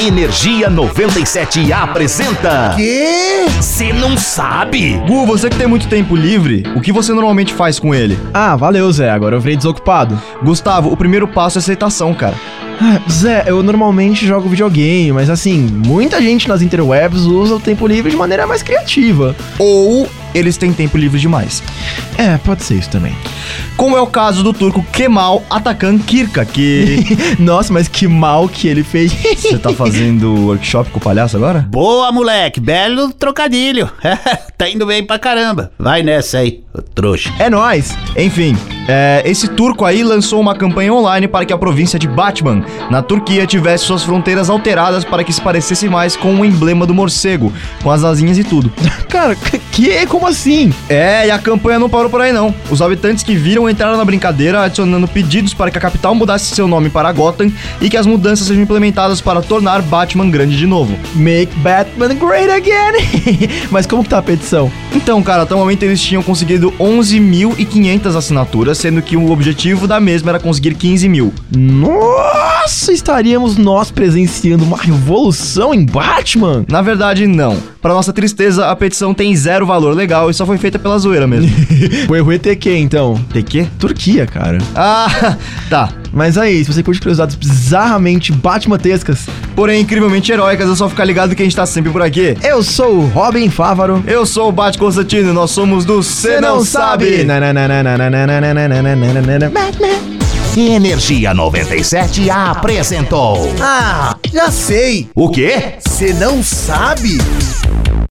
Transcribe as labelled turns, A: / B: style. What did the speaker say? A: Energia 97 apresenta.
B: Quê?
A: Você não sabe?
C: Gu, você que tem muito tempo livre, o que você normalmente faz com ele?
B: Ah, valeu, Zé. Agora eu virei desocupado.
C: Gustavo, o primeiro passo é aceitação, cara.
B: Ah, Zé, eu normalmente jogo videogame, mas assim, muita gente nas interwebs usa o tempo livre de maneira mais criativa.
C: Ou eles têm tempo livre demais.
B: É, pode ser isso também.
C: Como é o caso do turco Kemal Atakan Kirka, que.
B: Nossa, mas que mal que ele fez.
C: Você tá fazendo workshop com o palhaço agora?
A: Boa, moleque. Belo trocadilho. tá indo bem pra caramba. Vai nessa aí, ô trouxa.
C: É nóis! Enfim, é, esse turco aí lançou uma campanha online para que a província de Batman, na Turquia, tivesse suas fronteiras alteradas para que se parecesse mais com o emblema do morcego, com as asinhas e tudo.
B: Cara, que- que? Como assim?
C: É, e a campanha não parou por aí não. Os habitantes que viram entraram na brincadeira adicionando pedidos para que a capital mudasse seu nome para Gotham e que as mudanças sejam implementadas para tornar Batman grande de novo.
B: Make Batman great again! mas como que tá a petição?
C: Então, cara, até o momento eles tinham conseguido 11.500 assinaturas, sendo que o objetivo da mesma era conseguir 15 mil.
B: Nossa, estaríamos nós presenciando uma revolução em Batman?
C: Na verdade, não. Pra nossa tristeza, a petição tem zero valor legal e só foi feita pela zoeira mesmo.
B: O erro é TQ, então.
C: TQ?
B: Turquia, cara.
C: Ah, tá.
B: Mas aí, se você curte curiosidades bizarramente batmatescas,
C: Porém, incrivelmente heróicas, é só ficar ligado que a gente tá sempre por aqui.
B: eu sou o Robin Fávaro.
C: Eu sou o Bate Constantino e nós somos do Cê Não Sabe!
A: Energia 97 apresentou.
B: Ah, já sei!
A: O quê?
B: Você não sabe?